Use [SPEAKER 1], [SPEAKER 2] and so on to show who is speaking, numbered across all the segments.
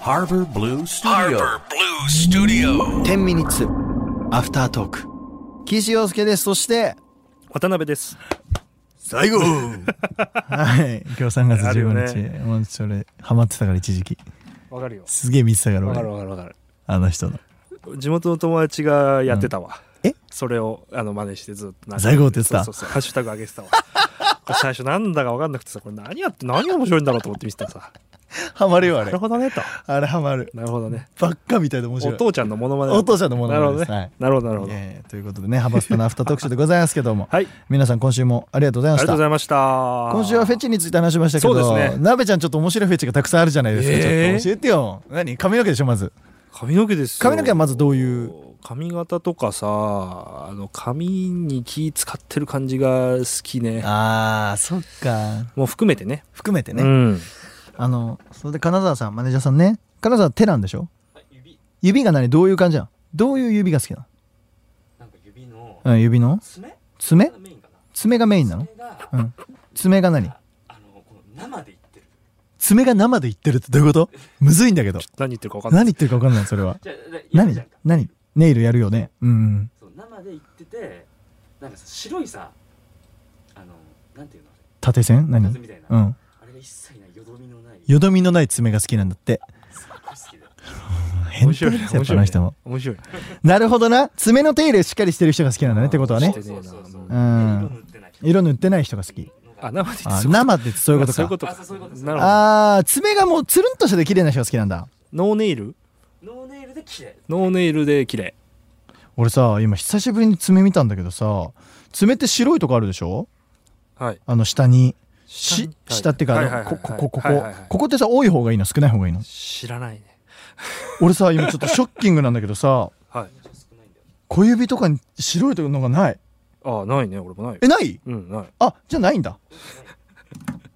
[SPEAKER 1] Harbor Blue Studio.
[SPEAKER 2] Harbor Blue Studio.
[SPEAKER 3] 10ミニッツアフタートーク岸洋介ですそして
[SPEAKER 4] 渡辺です。
[SPEAKER 2] 最後
[SPEAKER 5] はい今日3月
[SPEAKER 4] あるよね
[SPEAKER 5] 15日、もうそれハマってたから一時期
[SPEAKER 4] わかるよ。
[SPEAKER 5] すげえ見てたから
[SPEAKER 4] わかる
[SPEAKER 5] 俺
[SPEAKER 4] わかるわかる。
[SPEAKER 5] あの人の
[SPEAKER 4] 地元の友達がやってたわ。
[SPEAKER 5] うんえ
[SPEAKER 4] それをあの真似してずっとなんか。
[SPEAKER 5] 在庫って言ってた
[SPEAKER 4] そうそうそうハッシュタグ上げてたわ。最初なんだかわかんなくてさ、これ何やって何が面白いんだろうと思って見てたらさ。
[SPEAKER 5] ハマるよあ
[SPEAKER 4] な
[SPEAKER 5] れ
[SPEAKER 4] るほどねと。
[SPEAKER 5] あれハマる
[SPEAKER 4] なるほどね。
[SPEAKER 5] ばっかみたいで面白
[SPEAKER 4] お
[SPEAKER 5] い
[SPEAKER 4] 父ちゃんのモノマネ。
[SPEAKER 5] お父ちゃんのモノマネ
[SPEAKER 4] なるほど
[SPEAKER 5] ですはい
[SPEAKER 4] ね。なるほどなるほど。
[SPEAKER 5] えーということでねハバスタのアフタートークショーでございますけども、
[SPEAKER 4] はい。
[SPEAKER 5] 皆さん今週もありがとうござい
[SPEAKER 4] あり
[SPEAKER 5] まし
[SPEAKER 4] がとう
[SPEAKER 5] た
[SPEAKER 4] ございました。
[SPEAKER 5] 今週はフェチについて話しましたけど、
[SPEAKER 4] そうですね
[SPEAKER 5] なべちゃんちょっと面白いフェチがたくさんあるじゃないですか、
[SPEAKER 4] えー
[SPEAKER 5] ちょっと教えてよ何髪の毛でしょまず
[SPEAKER 4] 髪の毛ですよ。
[SPEAKER 5] 髪の毛はまずどういう
[SPEAKER 4] 髪型とかさ、あの髪に気使ってる感じが好きね。
[SPEAKER 5] あーそっか
[SPEAKER 4] もう含めてね。
[SPEAKER 5] 含めてね、
[SPEAKER 4] うん。
[SPEAKER 5] あのそれで金沢さんマネージャーさんね金沢手なんでしょ指が何どういう感じなのどういう指が好きな
[SPEAKER 6] なんか指の
[SPEAKER 5] の、うん、指の爪
[SPEAKER 6] 爪がメインかな
[SPEAKER 5] 爪がメインなの
[SPEAKER 6] 爪が
[SPEAKER 5] うん爪が何
[SPEAKER 6] あのこの生でいってる
[SPEAKER 5] 爪が生でいってるってどういうことむずいんだけど
[SPEAKER 4] 何言ってるかわかんない。
[SPEAKER 5] 何言ってるか分かんないそれは
[SPEAKER 6] じゃあだやる
[SPEAKER 5] 何
[SPEAKER 6] じゃんか
[SPEAKER 5] 何ネイルやるよねうんうん
[SPEAKER 6] そう生でいっててなんかさ白いさあのなんていうのあ
[SPEAKER 5] 縦線
[SPEAKER 6] れ
[SPEAKER 5] 何
[SPEAKER 6] 風みたいな、
[SPEAKER 5] う
[SPEAKER 6] あ
[SPEAKER 5] ん
[SPEAKER 6] れが一切ないよどみのない
[SPEAKER 5] よどみのない爪が好きなんだって
[SPEAKER 6] すごい好きで
[SPEAKER 5] 変態ですよやっぱあの人も
[SPEAKER 4] 面白いね。
[SPEAKER 5] なるほどな爪の手入れしっかりしてる人が好きなんだねってことはね
[SPEAKER 4] してね
[SPEAKER 6] そうそうそう
[SPEAKER 4] う
[SPEAKER 6] そ
[SPEAKER 4] ん
[SPEAKER 6] うで色塗ってない
[SPEAKER 5] 色塗ってない人が好き
[SPEAKER 6] のが
[SPEAKER 4] あ、生で言
[SPEAKER 5] あ
[SPEAKER 4] って
[SPEAKER 5] 生ってそういうこと
[SPEAKER 4] そういう
[SPEAKER 5] か
[SPEAKER 4] こと
[SPEAKER 6] あ
[SPEAKER 4] か
[SPEAKER 6] そうそういうことです
[SPEAKER 4] なるほど
[SPEAKER 5] あー爪がもうつるんとしてて綺麗な人が好きなんだ
[SPEAKER 4] ノーネイル
[SPEAKER 6] ノーネイルで綺麗
[SPEAKER 4] ノーネイルで綺麗
[SPEAKER 5] 俺さ今久しぶりに爪見たんだけどさ爪って白いとこあるでしょ
[SPEAKER 4] はい
[SPEAKER 5] あの下に
[SPEAKER 4] 下に
[SPEAKER 5] し下ってか
[SPEAKER 4] は
[SPEAKER 5] あ
[SPEAKER 4] いはいはい
[SPEAKER 5] のこここここ
[SPEAKER 4] はいはいはい
[SPEAKER 5] ここってさ多い方がいいの少ない方がいいの
[SPEAKER 4] 知らないね
[SPEAKER 5] 俺さ今ちょっとショッキングなんだけどさ
[SPEAKER 4] はい
[SPEAKER 5] 小指とかに白いとこのがない
[SPEAKER 4] あないね俺もない
[SPEAKER 5] えない
[SPEAKER 4] うんない
[SPEAKER 5] あじゃあないん だ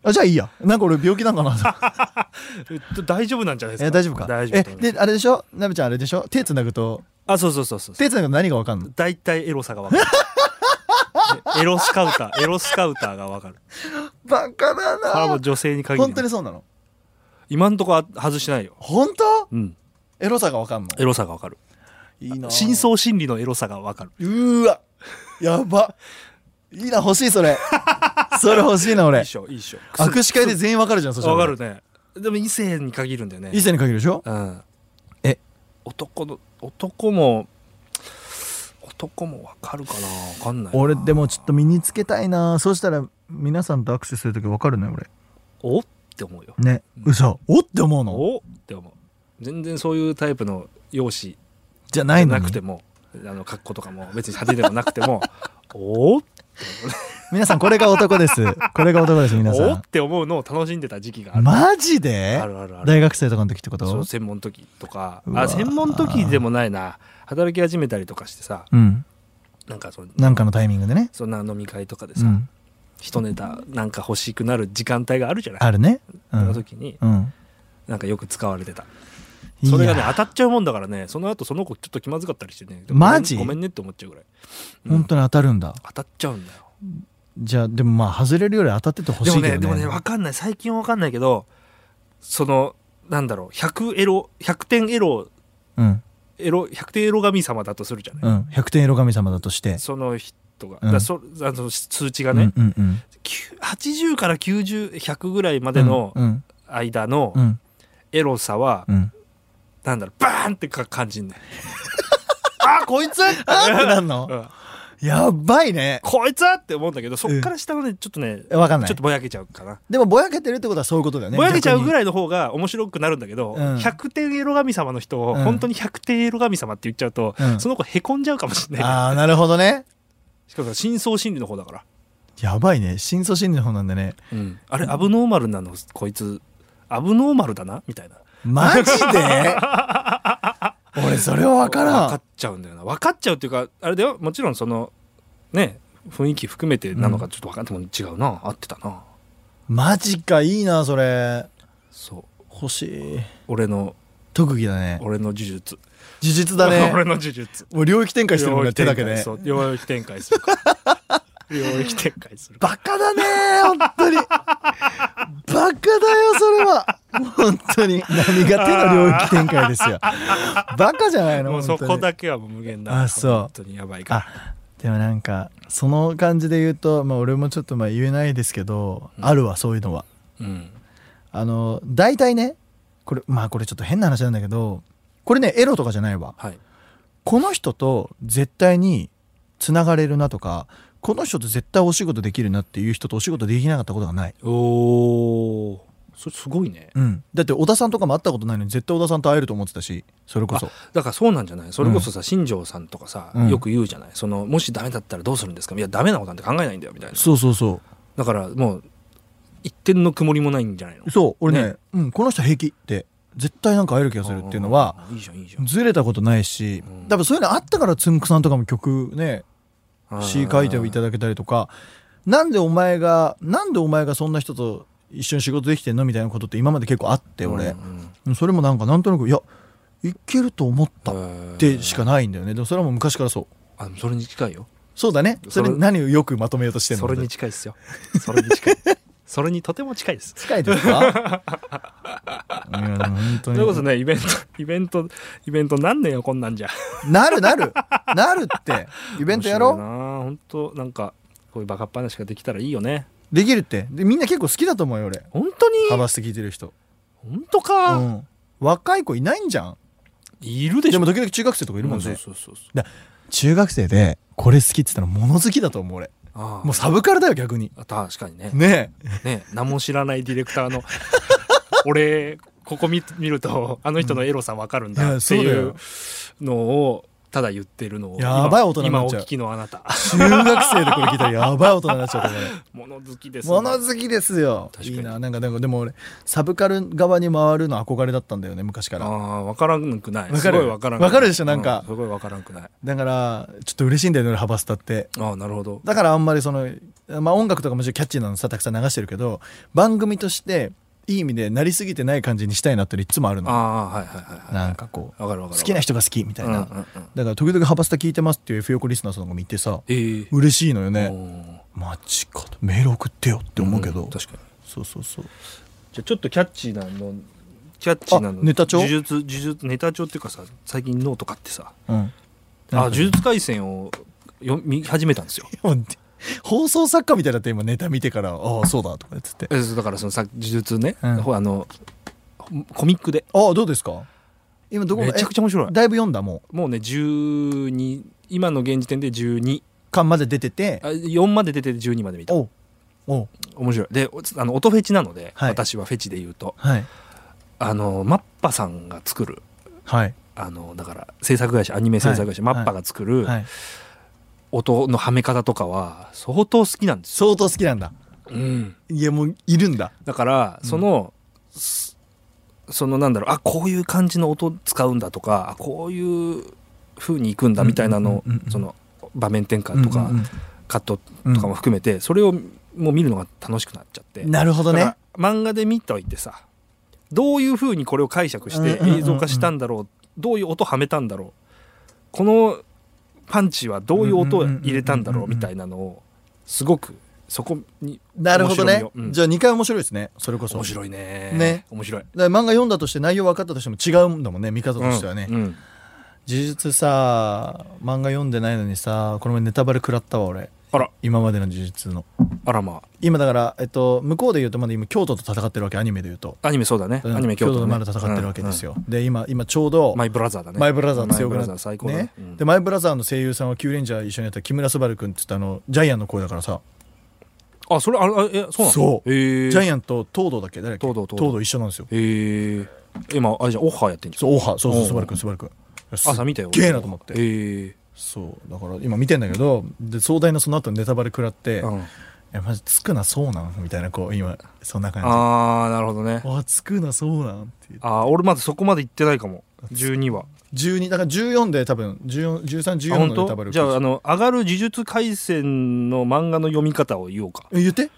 [SPEAKER 5] あじゃあいいやなんか俺病気なんかなと
[SPEAKER 4] えっと大丈夫なんじゃないです
[SPEAKER 5] え
[SPEAKER 4] か
[SPEAKER 5] 大丈夫か
[SPEAKER 4] 大丈
[SPEAKER 5] え
[SPEAKER 4] 夫だと思います
[SPEAKER 5] であれでしょなべちゃんあれでしょ手つなぐと
[SPEAKER 4] あそうそうそうそう
[SPEAKER 5] 手つなぐと何がわかんの
[SPEAKER 4] 大体エロさ がわかるねエロスカウターエロスカウターがわかる
[SPEAKER 5] バカだ
[SPEAKER 4] これはもう
[SPEAKER 5] な
[SPEAKER 4] 女性に限
[SPEAKER 5] 本当に
[SPEAKER 4] る
[SPEAKER 5] そうなの
[SPEAKER 4] 今んとこは外してないよ
[SPEAKER 5] 本当
[SPEAKER 4] うん
[SPEAKER 5] エロさがわかんの
[SPEAKER 4] エロさがわかる
[SPEAKER 5] いいな
[SPEAKER 4] 深層心理のエロさがわかる
[SPEAKER 5] うーわやばいいな欲しいそ れそれ欲しいな俺
[SPEAKER 4] いいっしょいいっしょ
[SPEAKER 5] 握手会で全員わかるじゃんそしたら
[SPEAKER 4] わかるねでも異性に限るんだよね
[SPEAKER 5] 以前に限るでしょ
[SPEAKER 4] うん
[SPEAKER 5] え
[SPEAKER 4] 男の男も男もわかるかなわかんないな
[SPEAKER 5] 俺でもちょっと身につけたいなそうしたら皆さんと握手するときわかるね俺
[SPEAKER 4] おって思うよ
[SPEAKER 5] ね嘘おって思うの
[SPEAKER 4] おって思う全然そういうタイプの容姿じ
[SPEAKER 5] じゃない
[SPEAKER 4] ゃ
[SPEAKER 5] の
[SPEAKER 4] な
[SPEAKER 5] に
[SPEAKER 4] くてもあの格好とかも別に派手でもなくて もお
[SPEAKER 5] 皆さんこれが男 ですこれが男です皆
[SPEAKER 4] お
[SPEAKER 5] さ
[SPEAKER 4] って思うのを楽しんでた時期があ
[SPEAKER 5] ん
[SPEAKER 4] る、
[SPEAKER 5] マジで
[SPEAKER 4] あるあるある
[SPEAKER 5] 大学生とかの時ってこ
[SPEAKER 4] そ
[SPEAKER 5] と
[SPEAKER 4] う専門の時とか
[SPEAKER 5] うわ
[SPEAKER 4] あ
[SPEAKER 5] ー
[SPEAKER 4] 専門の時でもないな働き始めたりとかしてさ
[SPEAKER 5] うん
[SPEAKER 4] なんかその
[SPEAKER 5] なんかのタイミングでね
[SPEAKER 4] そんな飲み会とかで
[SPEAKER 5] う
[SPEAKER 4] さ、
[SPEAKER 5] ん
[SPEAKER 4] 一ネタなんか欲しくなる時間帯があるじゃない
[SPEAKER 5] あるねう
[SPEAKER 4] その
[SPEAKER 5] ん
[SPEAKER 4] 時に
[SPEAKER 5] うん
[SPEAKER 4] なんかよく使われてた
[SPEAKER 5] いや
[SPEAKER 4] それがね当たっちゃうもんだからねその後その子ちょっと気まずかったりしてねでも
[SPEAKER 5] マジ
[SPEAKER 4] ごめんねって思っちゃうぐらい、うん
[SPEAKER 5] 本当に当たるんだ
[SPEAKER 4] 当たっちゃうんだよ
[SPEAKER 5] じゃあでもまあ外れるより当たっててほし
[SPEAKER 4] で
[SPEAKER 5] い
[SPEAKER 4] も
[SPEAKER 5] けど
[SPEAKER 4] ね
[SPEAKER 5] ね
[SPEAKER 4] でもね分かんない最近は分かんないけどそのなんだろう100エロ100点エロ
[SPEAKER 5] うん
[SPEAKER 4] エロ100点エロ神様だとするじゃない、
[SPEAKER 5] うん、100点エロ神様だとして。
[SPEAKER 4] その人が、だ
[SPEAKER 5] うん
[SPEAKER 4] からそあの数値がね、
[SPEAKER 5] うんうんうん、
[SPEAKER 4] きゅ80から90100ぐらいまでの
[SPEAKER 5] うん
[SPEAKER 4] 間の
[SPEAKER 5] うん
[SPEAKER 4] エロさは、
[SPEAKER 5] うん。
[SPEAKER 4] なんだろうバーンってか感じんね、
[SPEAKER 5] あ、こいつあってなん の
[SPEAKER 4] うん
[SPEAKER 5] やばいね。
[SPEAKER 4] こいつはって思うんだけどそっから下はねちょっとね、
[SPEAKER 5] わかんない。
[SPEAKER 4] ちょっとぼやけちゃうかな
[SPEAKER 5] でもぼやけてるってことはそういうことだよね。
[SPEAKER 4] ぼやけちゃうぐ
[SPEAKER 5] い。
[SPEAKER 4] らいの方が面白くなるんだけど、
[SPEAKER 5] うん
[SPEAKER 4] 100点エロ神様の人を
[SPEAKER 5] うん
[SPEAKER 4] 本当に100点エロ神様って言っちゃうと、
[SPEAKER 5] うん
[SPEAKER 4] その子へこんじゃうかもしれない
[SPEAKER 5] ああ、なるほどね。
[SPEAKER 4] しかも深層心理の方だから、
[SPEAKER 5] やばいね。深層心理の方なんでね。
[SPEAKER 4] あれアブノーマルなのこいつアブノーマルだなみたいな
[SPEAKER 5] マ ジで俺、それはわから
[SPEAKER 4] 分
[SPEAKER 5] ん
[SPEAKER 4] かっ。ちゃうんだよな分かっちゃうっていうかあれだよもちろんそのね雰囲気含めてなのかちょっと分かんないでも違うな合ってたな
[SPEAKER 5] マジか、いいな、それ。
[SPEAKER 4] そう
[SPEAKER 5] 欲しい。
[SPEAKER 4] 俺の
[SPEAKER 5] 特技だね。
[SPEAKER 4] 俺の呪術
[SPEAKER 5] 呪術だ
[SPEAKER 4] 俺
[SPEAKER 5] ね。
[SPEAKER 4] の呪術
[SPEAKER 5] もう領域展開してるもんね、手だけで。
[SPEAKER 4] そう領域展開するから領域展開する
[SPEAKER 5] バカだね本当にバカだよそれは本当に何が手の領域展開ですよバカじゃないの
[SPEAKER 4] もうそ
[SPEAKER 5] 本当
[SPEAKER 4] こ
[SPEAKER 5] に
[SPEAKER 4] だけはもう無限だ
[SPEAKER 5] あそう
[SPEAKER 4] 本当にやばいから
[SPEAKER 5] あでもなんかその感じで言うと、まあ、俺もちょっとまあ言えないですけど、あるわそういうのは
[SPEAKER 4] うん
[SPEAKER 5] あの大体ねこれまあこれちょっと変な話なんだけどこれねエロとかじゃないわ
[SPEAKER 4] はい
[SPEAKER 5] この人と絶対につながれるなとかこの人と絶対お仕事できるなっていう人とお仕事できなかったことがない、
[SPEAKER 4] おおそれすごいね
[SPEAKER 5] うん、だって小田さんとかも会ったことないのに絶対小田さんと会えると思ってたしそれこそ
[SPEAKER 4] だからそうなんじゃないそれこそさ、新庄さんとかさ、
[SPEAKER 5] うん
[SPEAKER 4] よく言うじゃないそのもしダメだったらどうするんですかいやダメなことなんて考えないんだよみたいな
[SPEAKER 5] そうそうそ
[SPEAKER 4] だからもう一点の曇りもないんじゃないの
[SPEAKER 5] うそう俺ね
[SPEAKER 4] ね
[SPEAKER 5] うん、この人平気って絶対なんか会える気がするっていうのは
[SPEAKER 4] あーいいじゃんいいじゃん
[SPEAKER 5] ずれたことないし、
[SPEAKER 4] うん
[SPEAKER 5] 多分そういうのあったからつんくさんとかも曲ね
[SPEAKER 4] あー
[SPEAKER 5] 詩書いていただけたりとかなんでお前がなんでお前がそんな人と一緒に仕事できてんのみたいなことって今まで結構あって俺
[SPEAKER 4] う、ん
[SPEAKER 5] それもなんかなんとなくいやいけると思った
[SPEAKER 4] う
[SPEAKER 5] っ
[SPEAKER 4] ん
[SPEAKER 5] てしかないんだよねでもそれはもう昔からそう
[SPEAKER 4] あでもそれに近いよ
[SPEAKER 5] そうだねそ
[SPEAKER 4] それ
[SPEAKER 5] れ何をよくまとめようとしてる
[SPEAKER 4] そ
[SPEAKER 5] の
[SPEAKER 4] れに近いっすよそれ に近いそれにとても近いです
[SPEAKER 5] 近いですか いや本当
[SPEAKER 4] それこそ
[SPEAKER 5] に
[SPEAKER 4] ねイベントイベントイベントなんねんよこんなんじゃ
[SPEAKER 5] なるなるなるってイ
[SPEAKER 4] イ
[SPEAKER 5] ベントやろう
[SPEAKER 4] な本当なんかこういうバカっ話ができたらいいよね
[SPEAKER 5] できるってでみんな結構好きだと思うよ俺
[SPEAKER 4] 本当に
[SPEAKER 5] ハバステ聞いてる人、
[SPEAKER 4] 本当
[SPEAKER 5] う
[SPEAKER 4] か、
[SPEAKER 5] ん、若い子いないんじゃん
[SPEAKER 4] いるでし
[SPEAKER 5] で
[SPEAKER 4] ょ
[SPEAKER 5] も時々中学生とかいるもん
[SPEAKER 4] う
[SPEAKER 5] ね
[SPEAKER 4] そうそうそう
[SPEAKER 5] 中学生でこれ好きって言ったら物好きだと思う俺
[SPEAKER 4] ああ
[SPEAKER 5] もうサブカルだよ逆に
[SPEAKER 4] あ確かにね
[SPEAKER 5] ねえ
[SPEAKER 4] ね何も知らないディレクターの 俺ここ見見るとあの人のエロさ分かるん
[SPEAKER 5] い
[SPEAKER 4] だ
[SPEAKER 5] や
[SPEAKER 4] って
[SPEAKER 5] そうだ
[SPEAKER 4] いう
[SPEAKER 5] よ
[SPEAKER 4] のをただ言ってるのを
[SPEAKER 5] やばい大人に
[SPEAKER 4] 今
[SPEAKER 5] なっ
[SPEAKER 4] 今お
[SPEAKER 5] ちゃう
[SPEAKER 4] 聞きのあなた
[SPEAKER 5] 中学生でこれ聞いたらやばい大人になっちゃうと思う ね
[SPEAKER 4] 物好きですね
[SPEAKER 5] 物好きですよ
[SPEAKER 4] 確か
[SPEAKER 5] い
[SPEAKER 4] に
[SPEAKER 5] いななんかなんかでも俺サブカル側に回るの憧れだったんだよね昔から
[SPEAKER 4] ああ分からんくない
[SPEAKER 5] わ
[SPEAKER 4] す
[SPEAKER 5] かる
[SPEAKER 4] ごい分からんくない
[SPEAKER 5] わかるでしょなんか
[SPEAKER 4] うすごい分からんくない
[SPEAKER 5] だからちょっと嬉しいんだよね俺ハバスタって
[SPEAKER 4] ああなるほど
[SPEAKER 5] だからあんまりその、まあ、音楽とかもちろんキャッチーなのさたくさん流してるけど番組としていい意味でなりすぎてない感じにしたいなっていつもある
[SPEAKER 4] あ
[SPEAKER 5] の
[SPEAKER 4] あはいはいはいはい
[SPEAKER 5] なんかこう
[SPEAKER 4] 分かる分かる分か
[SPEAKER 5] 好
[SPEAKER 4] る
[SPEAKER 5] きな人が好きみたいな、
[SPEAKER 4] うんうんうん
[SPEAKER 5] だから時々ハバスタ聞いてますっていう F 横リスナーさんが見てさ
[SPEAKER 4] えー
[SPEAKER 5] 嬉しいのよね
[SPEAKER 4] ね
[SPEAKER 5] マジかとメール送ってよって思うけど、
[SPEAKER 4] 確かに
[SPEAKER 5] そうそうそう
[SPEAKER 4] じゃあちょっとキャッチーなのキャッチーなの
[SPEAKER 5] あネタ帳
[SPEAKER 4] 呪術呪術ネタ帳っていうかさ最近ノート買ってさ
[SPEAKER 5] うん
[SPEAKER 4] あ呪術廻戦を読み始めたんですよ
[SPEAKER 5] もう放送作家みたいだって今ネタ見てからああそうだとか言ってて
[SPEAKER 4] えそうだからそのさ呪術ね、
[SPEAKER 5] うん
[SPEAKER 4] ほあのコミックで
[SPEAKER 5] ああどうですか今どこ
[SPEAKER 4] めちゃくちゃ面白い
[SPEAKER 5] えだいぶ読んだもう
[SPEAKER 4] もうね12今の現時点で12
[SPEAKER 5] 巻まで出てて
[SPEAKER 4] あ4まで出てて12まで見た
[SPEAKER 5] おうおう
[SPEAKER 4] 面白いでおあの音フェチなので、
[SPEAKER 5] はい
[SPEAKER 4] 私はフェチで言うと
[SPEAKER 5] はい
[SPEAKER 4] あのマッパさんが作る
[SPEAKER 5] はい
[SPEAKER 4] あのだから制作会社アニメ制作会社、
[SPEAKER 5] はい
[SPEAKER 4] マッパが作る
[SPEAKER 5] はい
[SPEAKER 4] 音のはめ方とかは相当好きなんですよ、
[SPEAKER 5] 相当好きなんだ
[SPEAKER 4] うん、
[SPEAKER 5] いやもういるんだ
[SPEAKER 4] だからその、すそのなんだろうあこういう感じの音使うんだとかあこういう風にいくんだみたいなの
[SPEAKER 5] うんうんうんうん
[SPEAKER 4] その場面転換とか、
[SPEAKER 5] うん
[SPEAKER 4] カット
[SPEAKER 5] うんうん
[SPEAKER 4] とかも含めて、それをもう見るのが楽しくなっちゃって
[SPEAKER 5] なるほど
[SPEAKER 4] だ
[SPEAKER 5] ね
[SPEAKER 4] から漫画で見ておいてさどういう風にこれを解釈して
[SPEAKER 5] うんうんうんうん
[SPEAKER 4] 映像化したんだろう,、どういう音はめたんだろうこのパンチはどういう音を入れたんだろうみたいなのをすごくそこに
[SPEAKER 5] なるほどね
[SPEAKER 4] 面白みをうん
[SPEAKER 5] じゃあ2回面白いですねそれこそ
[SPEAKER 4] 面白いね
[SPEAKER 5] ね
[SPEAKER 4] 面白い
[SPEAKER 5] だから漫画読んだとして内容分かったとしても違うんだもんね見方としてはね、
[SPEAKER 4] うんうん
[SPEAKER 5] 呪術さ漫画読んでないのにさこの前ネタバレ食らったわ俺
[SPEAKER 4] あら
[SPEAKER 5] 今までの呪術の
[SPEAKER 4] あらま
[SPEAKER 5] 今だから、えっと、向こうで言うとまだ今京都と戦ってるわけアニメで言うと、
[SPEAKER 4] あアニメそうだね、
[SPEAKER 5] うん
[SPEAKER 4] アニメ京都,、ね、
[SPEAKER 5] でまだ戦ってるわけですよ、で今今ちょう
[SPEAKER 4] う
[SPEAKER 5] ど
[SPEAKER 4] んマイブラザーだね
[SPEAKER 5] マイブラザー強く
[SPEAKER 4] マ
[SPEAKER 5] なって
[SPEAKER 4] イブラザー最高だねうん
[SPEAKER 5] でマイブラザーの声優さんはキューレンジャー一緒にやった木村昴君っつってあのジャイアンの声だからさ、
[SPEAKER 4] あそれああえそうなの
[SPEAKER 5] そう
[SPEAKER 4] えー、
[SPEAKER 5] ジャイアンと東堂だっけ誰だっけ
[SPEAKER 4] 東堂東堂
[SPEAKER 5] 一緒なんですよ
[SPEAKER 4] えー、今あれじゃんオッハーやってんじゃん
[SPEAKER 5] そうオーハそうそう
[SPEAKER 4] おう
[SPEAKER 5] 昴君昴君
[SPEAKER 4] 朝見たよ
[SPEAKER 5] すっげえなと思って
[SPEAKER 4] えー
[SPEAKER 5] そうだから今見てんだけどで壮大なその後にネタバレ食らって、
[SPEAKER 4] う
[SPEAKER 5] い
[SPEAKER 4] ん
[SPEAKER 5] やマジつくなそうなんみたいなこう今そんな感じ
[SPEAKER 4] ああなるほどね
[SPEAKER 5] あつくなそうなんって言って
[SPEAKER 4] あー俺まだそこまで行ってないかも12は
[SPEAKER 5] 12だから14で多分
[SPEAKER 4] あ
[SPEAKER 5] 1314
[SPEAKER 4] 本
[SPEAKER 5] のネタバ
[SPEAKER 4] 当
[SPEAKER 5] レ
[SPEAKER 4] じゃああ
[SPEAKER 5] あ
[SPEAKER 4] の上がる呪術廻戦の漫画の読み方を言おうか
[SPEAKER 5] 言って、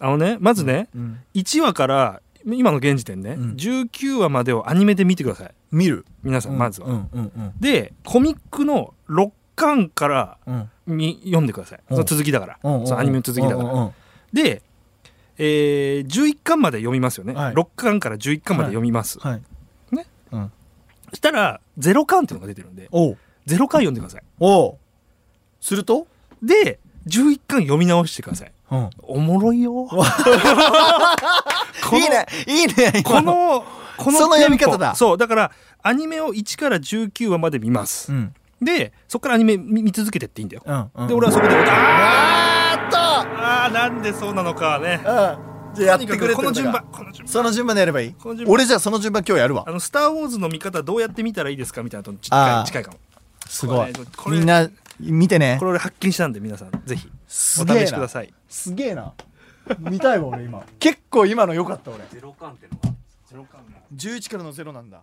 [SPEAKER 4] あのねまずね、
[SPEAKER 5] うん、
[SPEAKER 4] 1話から今の現時点ね、
[SPEAKER 5] うん
[SPEAKER 4] 19話までをアニメで見てください
[SPEAKER 5] 見る
[SPEAKER 4] 皆さん、まずは、
[SPEAKER 5] うんうんうん
[SPEAKER 4] でコミックの6巻から
[SPEAKER 5] うん
[SPEAKER 4] み読んでください
[SPEAKER 5] うん
[SPEAKER 4] その続きだから、
[SPEAKER 5] うんうん
[SPEAKER 4] そのアニメの続きだ
[SPEAKER 5] う
[SPEAKER 4] から、
[SPEAKER 5] んうんうん
[SPEAKER 4] でえー、11巻まで読みますよね、
[SPEAKER 5] はい
[SPEAKER 4] 6巻から11巻まで読みます、
[SPEAKER 5] はい。
[SPEAKER 4] ね。
[SPEAKER 5] うん。
[SPEAKER 4] そしたら0巻っていうのが出てるんで
[SPEAKER 5] おう。
[SPEAKER 4] 0巻読んでください
[SPEAKER 5] おう。すると
[SPEAKER 4] で11巻読み直してください
[SPEAKER 5] うん。
[SPEAKER 4] おもろいよこの
[SPEAKER 5] いいねいいね
[SPEAKER 4] こ
[SPEAKER 5] 今
[SPEAKER 4] のこ の
[SPEAKER 5] その
[SPEAKER 4] テ
[SPEAKER 5] 読
[SPEAKER 4] ンポ
[SPEAKER 5] み方だ
[SPEAKER 4] そうだからアニメを1から19話まで見ます、
[SPEAKER 5] うん。
[SPEAKER 4] でそこからアニメ見見続けてっていいんだよ、
[SPEAKER 5] うん。うん。
[SPEAKER 4] で俺はそこであ
[SPEAKER 5] あ
[SPEAKER 4] ーあーなんでそうなのかね
[SPEAKER 5] ーっとうん。じゃあやってくれてる
[SPEAKER 4] この順番
[SPEAKER 5] とか。
[SPEAKER 4] この順番
[SPEAKER 5] その順番でやればいい
[SPEAKER 4] この順番
[SPEAKER 5] 俺じゃあその順番今日やるわ
[SPEAKER 4] あ。の「スター・ウォーズ」の見方どうやって見たらいいですかみたいなのと近
[SPEAKER 5] あ
[SPEAKER 4] い
[SPEAKER 5] ー
[SPEAKER 4] 近いかも
[SPEAKER 5] すごい
[SPEAKER 4] これこ。れ
[SPEAKER 5] みんな、見てね
[SPEAKER 4] こ。れ俺発見したんで皆さんぜひ
[SPEAKER 5] す
[SPEAKER 4] お
[SPEAKER 5] げ
[SPEAKER 4] 試
[SPEAKER 5] え
[SPEAKER 4] しくだ
[SPEAKER 5] な。
[SPEAKER 4] さい
[SPEAKER 5] すげえな。見 たいわ俺今。結構今の良かった俺。
[SPEAKER 6] ゼロ感っていうのが
[SPEAKER 5] 11からのゼロなんだ。